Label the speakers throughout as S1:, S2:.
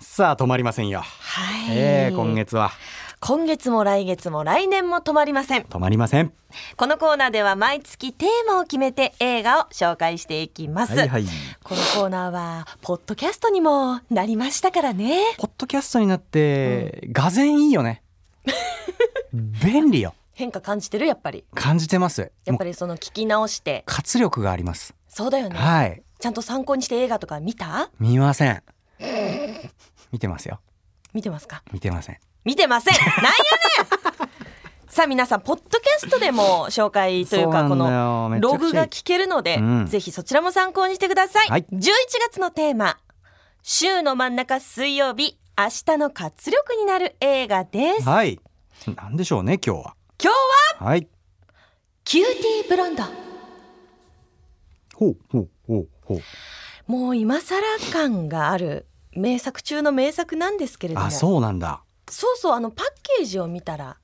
S1: さあ止まりませんよ、
S2: はい、
S1: ええ今月は
S2: 今月も来月も来年も止まりません
S1: 止まりません
S2: このコーナーでは毎月テーマを決めて映画を紹介していきます、
S1: はいはい
S2: このコーナーはポッドキャストにもなりましたからね
S1: ポッドキャストになって、がぜんいいよ ね便利よ
S2: 変化感じてるやっぱり
S1: 感じてます
S2: やっ
S1: も
S2: ぱ
S1: う
S2: りその聞き直して
S1: 活力があります、
S2: そうだよね、
S1: はい
S2: ちゃんと参考にして映画とか見た
S1: 見ません見てますよ
S2: 見てますか
S1: 見てません
S2: 見てませんなんやねん さあ皆さんポッドキャストでも紹介というか
S1: そ
S2: こ
S1: うなんだ
S2: の
S1: よめちゃ
S2: ロ
S1: くちゃい
S2: グ
S1: い
S2: が聞けるので、
S1: うん
S2: ぜひそちらも参考にしてください、
S1: はい
S2: 11月のテーマ週の真ん中水曜日明日の活力になる映画です
S1: はいなんでしょうね今日は
S2: 今日は
S1: はい
S2: キューティーブロンド
S1: ほうほうほうほう
S2: もう今更感がある名作中の名作なんですけれども
S1: あ
S2: そう
S1: そうなんだ
S2: そうあのパッケージを見たら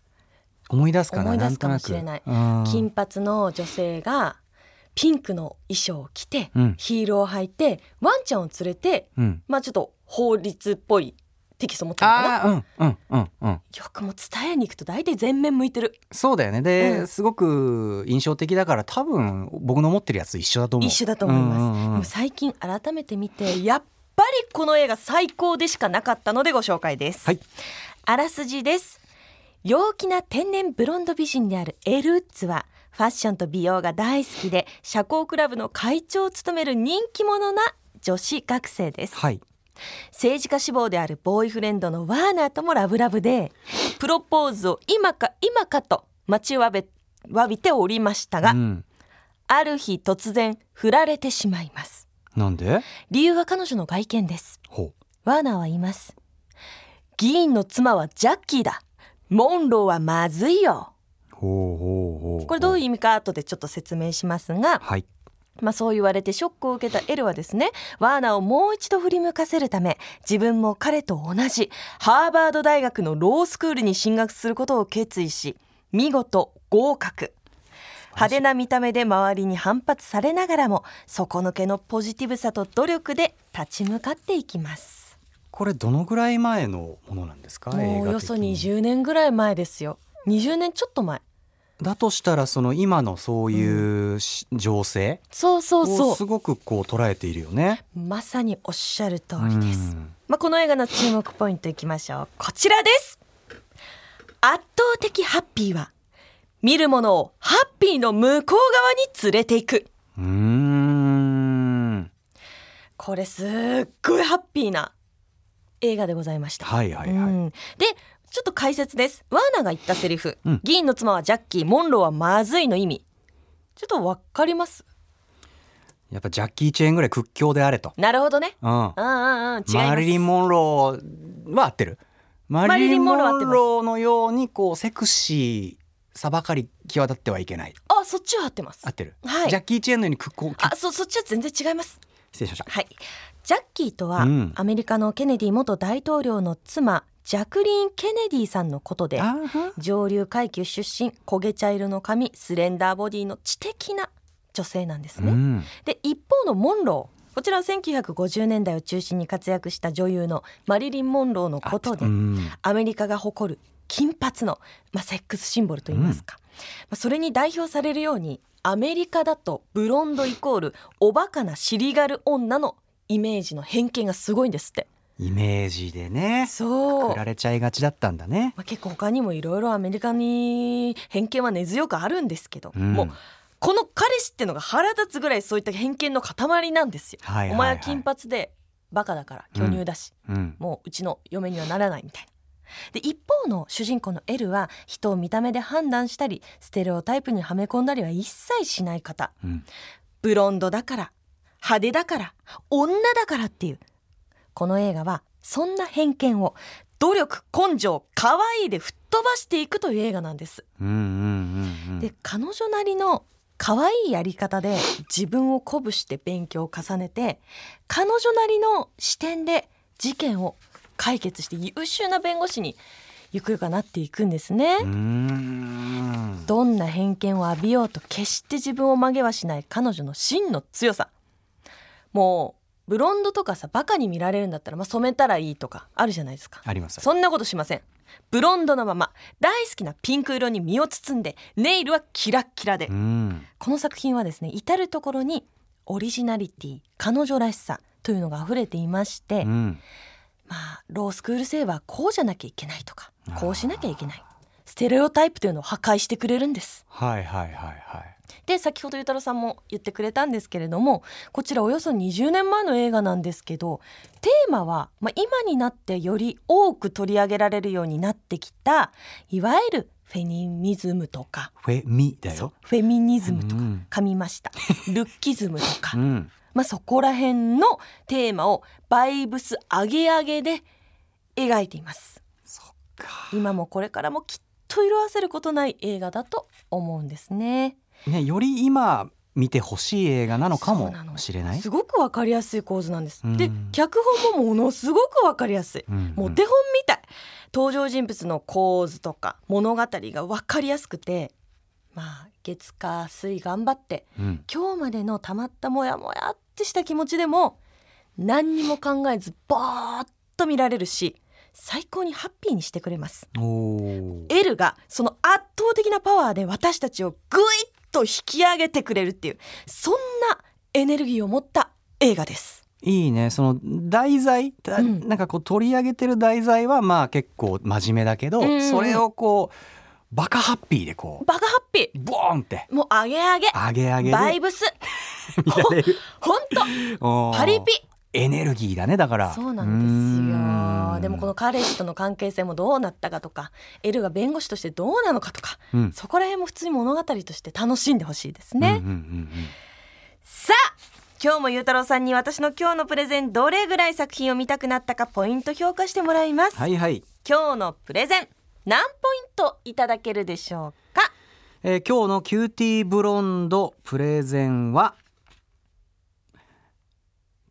S1: 思い出すかな
S2: 思い出すかもしれない金髪の女性がピンクの衣装を着て、
S1: うん
S2: ヒールを履いてワンちゃんを連れて
S1: うんうん
S2: まあちょっと法律っぽいテキスト持ってるのかな
S1: あーうんうんうんうん
S2: よくも伝えに行くと大体全面向いてる
S1: そうだよねで、
S2: うん
S1: すごく印象的だから多分僕の持ってるやつと一緒だと思う
S2: 一緒だと思います、
S1: うんうんうん
S2: でも最近改めて見てやっぱりこの映画最高でしかなかったのでご紹介です、
S1: はい
S2: あらすじです陽気な天然ブロンド美人であるエル・ウッズはファッションと美容が大好きで社交クラブの会長を務める人気者な女子学生です
S1: はい
S2: 政治家志望であるボーイフレンドのワーナーともラブラブでプロポーズを今か今かと待ちわびわびておりましたが、
S1: うん、
S2: ある日突然振られてしまいます
S1: なんで
S2: 理由は彼女の外見です
S1: ほ
S2: ワーナーは言います議員の妻はジャッキーだモンローはまずいよ
S1: うほうほうほう
S2: これどういう
S1: う
S2: 意味か後でちょっと説明しますが
S1: はい
S2: まあそう言われてショックを受けたエルはですね、ワーナーをもう一度振り向かせるため、自分も彼と同じハーバード大学のロースクールに進学することを決意し、見事合格。派手な見た目で周りに反発されながらも、底抜けのポジティブさと努力で立ち向かっていきます。
S1: これどのぐらい前のものなんですか映画
S2: も
S1: 的
S2: うお
S1: に
S2: よそ20年ぐらい前ですよ。20年ちょっと前。
S1: だとしたらその今のそういうし情勢
S2: そうそう
S1: を
S2: そ
S1: すごくこう捉えているよね
S2: う。まさにおっしゃる通りです。
S1: うん
S2: まあ、この映画の注目ポイントいきましょうこちらです圧倒的ハッピーは見るものをハッピーの向こう側に連れていく
S1: うーん
S2: これすっごいハッピーな映画でございました、
S1: はいはいうはい、
S2: んでちょっと解説ですワーナーが言ったセリフ、
S1: うん
S2: 議員の妻はジャッキーモンローはまずいの意味ちょっとわかります
S1: やっぱジャッキー・チェーンぐらい屈強であれと、
S2: なるほどね
S1: うん、
S2: うんうんうん違います
S1: マリリン・モンローは合ってるマ
S2: リ
S1: リ
S2: リ
S1: リ
S2: ン
S1: ン・モ
S2: モン
S1: ン
S2: ローは合ってます
S1: ローのようにこうセクシーさばかり際立ってはいけない
S2: あそっちは合ってます
S1: 合ってる、
S2: はい
S1: ジャッキー・チェーンのように屈強
S2: あそそっちは全然違います
S1: 失礼しました
S2: はい、ジャッキーとは、
S1: うん
S2: アメリカのケネディ元大統領の妻ジャクリーン・ケネディさんのことで
S1: あー
S2: 上流階級出身焦げ茶色の髪スレンダーボディの知的な女性なんです
S1: う
S2: ね。
S1: ん、
S2: で一方のモンローこちらは1950年代を中心に活躍した女優のマリリン・モンローのことで、
S1: うん
S2: アメリカが誇る金髪の、まあ、セックスシンボルといいますか、まあ、それに代表されるようにアメリカだとブロンドイコールおバカなシリガル女のイメージの偏見がすごいんですって
S1: イメージでね
S2: そ
S1: 振
S2: う、
S1: ら
S2: ま
S1: れちゃいがちだったんだね
S2: あ、結構他にもいろいろアメリカに偏見は根強くあるんですけど、
S1: うん
S2: もうこの彼氏ってのが腹立つぐらいそういった偏見の塊なんですよ、
S1: はいはいはい
S2: お前は金髪でバカだから巨乳だし、
S1: うん
S2: もううちの嫁にはならないみたいな。で一方の主人公のエルは人を見た目で判断したりステレオタイプにはめ込んだりは一切しない方
S1: うん
S2: ブロンドだから派手だから女だからっていうこの映画はそんな偏見を努力根性可愛いで吹っ飛ばしていくという映画なんです。
S1: うんうんうんうん
S2: で彼女なりの可愛いやり方で自分を鼓舞して勉強を重ねて彼女なりの視点で事件を解決して優秀な弁護士にゆくゆくはなっていくんですね。
S1: うーん
S2: どんな偏見を浴びようと決して自分を曲げはしない彼女の真の強さもうブロンドとかさバカに見られるんだったら、まあ、染めたらいいとかあるじゃないですか
S1: あります
S2: そんなことしませんブロンドのまま大好きなピンク色に身を包んでネイルはキラッキラで、
S1: うん
S2: この作品はですね至る所にオリジナリティ彼女らしさというのが溢れていまして、
S1: うん
S2: まあロースクール生はこうじゃなきゃいけないとか
S1: あー
S2: こうしなきゃいけないステレオタイプというのを破壊してくれるんです
S1: はいはいはいはい
S2: で先ほどゆうたろうさんも言ってくれたんですけれどもこちらおよそ20年前の映画なんですけどテーマは、まあ、今になってより多く取り上げられるようになってきたいわゆるフェニミズムとか
S1: フェミだよ
S2: フェミニズムとか
S1: うん
S2: 噛みましたルッキズムと か
S1: うん
S2: まあ、そこら辺のテーマをバイブス上げ上げで描いています
S1: そっか
S2: 今もこれからもきっと色あせることない映画だと思うんですね
S1: ねより今見てほしい映画なのか
S2: そうなの
S1: もしれない
S2: すごくわかりやすい構図なんです
S1: うん
S2: で脚本もものすごくわかりやすい
S1: うん
S2: もう手本みたい登場人物の構図とか物語がわかりやすくてまあ月火水頑張って
S1: うん
S2: 今日までのたまったモヤモヤってした気持ちでも何にも考えずぼーっと見られるし最高にハッピーにしてくれます
S1: おおー
S2: L がその圧倒的なパワーで私たちをぐいっと引き上げてくれるっていうそんなエネルギーを持った映画です
S1: いいねその題材だ
S2: うん
S1: なんかこう取り上げてる題材はまあ結構真面目だけど、
S2: うん
S1: それをこうバカハッピーでこ
S2: バカハッピ
S1: うボーンって
S2: ーもうあげあげ
S1: 上げ上げで
S2: バイブス
S1: 見られる
S2: ほんと
S1: おー
S2: パリピ
S1: エネルギーだねだから
S2: そうなんです
S1: うー
S2: よ
S1: ん
S2: でもこの彼氏との関係性もどうなったかとか L が弁護士としてどうなのかとか
S1: うん
S2: そこら辺も普通に物語として楽しんでほしいですね、
S1: うんうんうんうん
S2: さあ今日もゆうたろうさんに私の今日のプレゼンどれぐらい作品を見たくなったかポイント評価してもらいます、
S1: はいはい、
S2: 今日のプレゼン何ポイントいただけるでしょうか
S1: えー今日のキューティーブロンドプレゼンは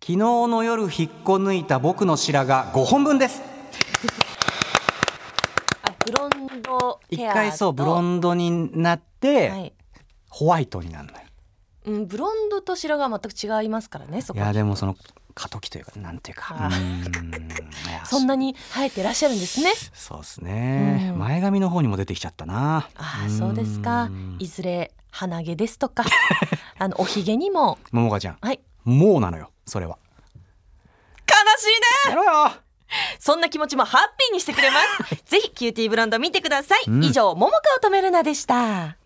S1: 昨日の夜引っこ抜いた僕の白髪5本分です
S2: あブロンド
S1: 一
S2: ヘアと
S1: 回そうブロンドになって、
S2: はい
S1: ホワイトになるのよ
S2: うん、ブロンドと白髪は全く違いますからねそ
S1: い
S2: こ
S1: やでもその過渡期というかなんていうか
S2: あ
S1: う
S2: ー
S1: ーんいや
S2: そんなに生えてらっしゃるんですね
S1: そうですね、
S2: うん
S1: 前髪の方にも出てきちゃったな
S2: ああそうですか
S1: ん
S2: いずれ鼻毛ですと かあのおひげにも
S1: 桃花ちゃん
S2: はい
S1: もうなのよそれは
S2: 悲しい
S1: や
S2: ね
S1: ろうよ
S2: そんな気持 ちもハッピーにしてくれます。ぜひキューティーブランド見てください。
S1: うん
S2: 以上、桃香を止めるなでした。